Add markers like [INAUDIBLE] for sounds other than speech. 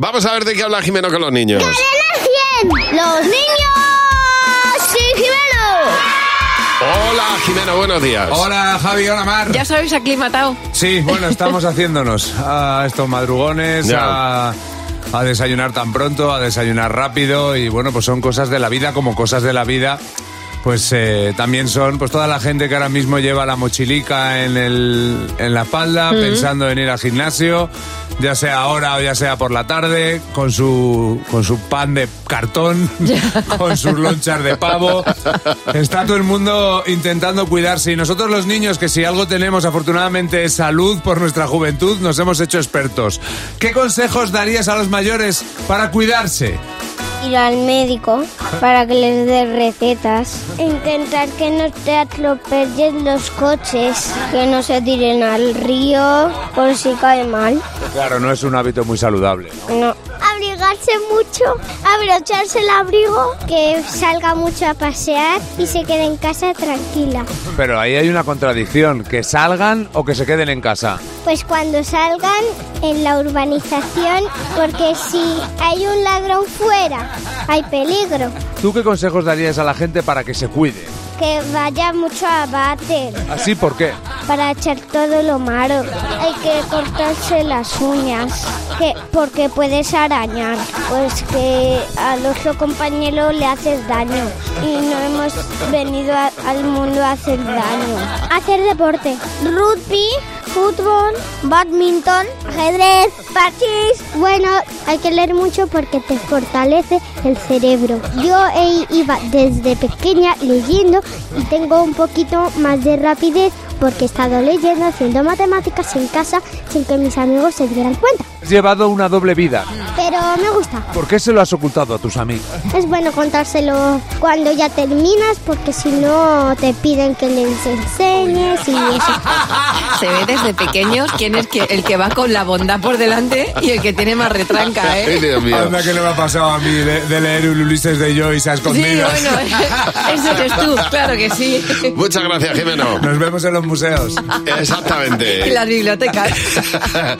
Vamos a ver de qué habla Jimeno con los niños. ¡Los niños! ¡Sí, Hola, Jimeno, buenos días. Hola Javi, hola Mar. Ya os habéis aclimatado. Sí, bueno, estamos haciéndonos a estos madrugones, Ya. a, a desayunar tan pronto, a desayunar rápido y bueno, pues son cosas de la vida como cosas de la vida. Pues eh, también son pues toda la gente que ahora mismo lleva la mochilica en, el, en la espalda pensando en ir al gimnasio, ya sea ahora o ya sea por la tarde, con su, con su pan de cartón, [LAUGHS] con sus lonchas de pavo. Está todo el mundo intentando cuidarse y nosotros los niños, que si algo tenemos afortunadamente es salud por nuestra juventud, nos hemos hecho expertos. ¿Qué consejos darías a los mayores para cuidarse? Ir al médico para que les dé recetas. Intentar que no te atropellen los coches. Que no se tiren al río por si cae mal. Claro, no es un hábito muy saludable. No. Abrigarse mucho, abrocharse el abrigo, que salga mucho a pasear y se quede en casa tranquila. Pero ahí hay una contradicción, que salgan o que se queden en casa. Pues cuando salgan en la urbanización, porque si hay un ladrón fuera, hay peligro. ¿Tú qué consejos darías a la gente para que se cuide? Que vaya mucho a bater ¿Así por qué? para echar todo lo malo. Hay que cortarse las uñas, que porque puedes arañar, pues que al otro compañero le haces daño. Y no hemos venido a- al mundo a hacer daño. Hacer deporte, rugby, fútbol, badminton, ajedrez, parchís. Bueno, hay que leer mucho porque te fortalece el cerebro. Yo eh, iba desde pequeña leyendo y tengo un poquito más de rapidez porque he estado leyendo, haciendo matemáticas en casa sin que mis amigos se dieran cuenta. Has llevado una doble vida. Pero me gusta. ¿Por qué se lo has ocultado a tus amigos? Es bueno contárselo cuando ya terminas porque si no te piden que les enseñes y eso. Se ve desde pequeños quién es que- el que va con la bondad por delante y el que tiene más retranca, [LAUGHS] Ay, ¿eh? Dios mío. Anda que no me ha pasado a mí de, de leer un Ulises de Joyce a Sí, escondidas. bueno, [LAUGHS] eso eres tú, claro [LAUGHS] que sí. Muchas [LAUGHS] gracias, Jimeno. Nos vemos en los museos. [LAUGHS] Exactamente. [LAUGHS] Y las bibliotecas.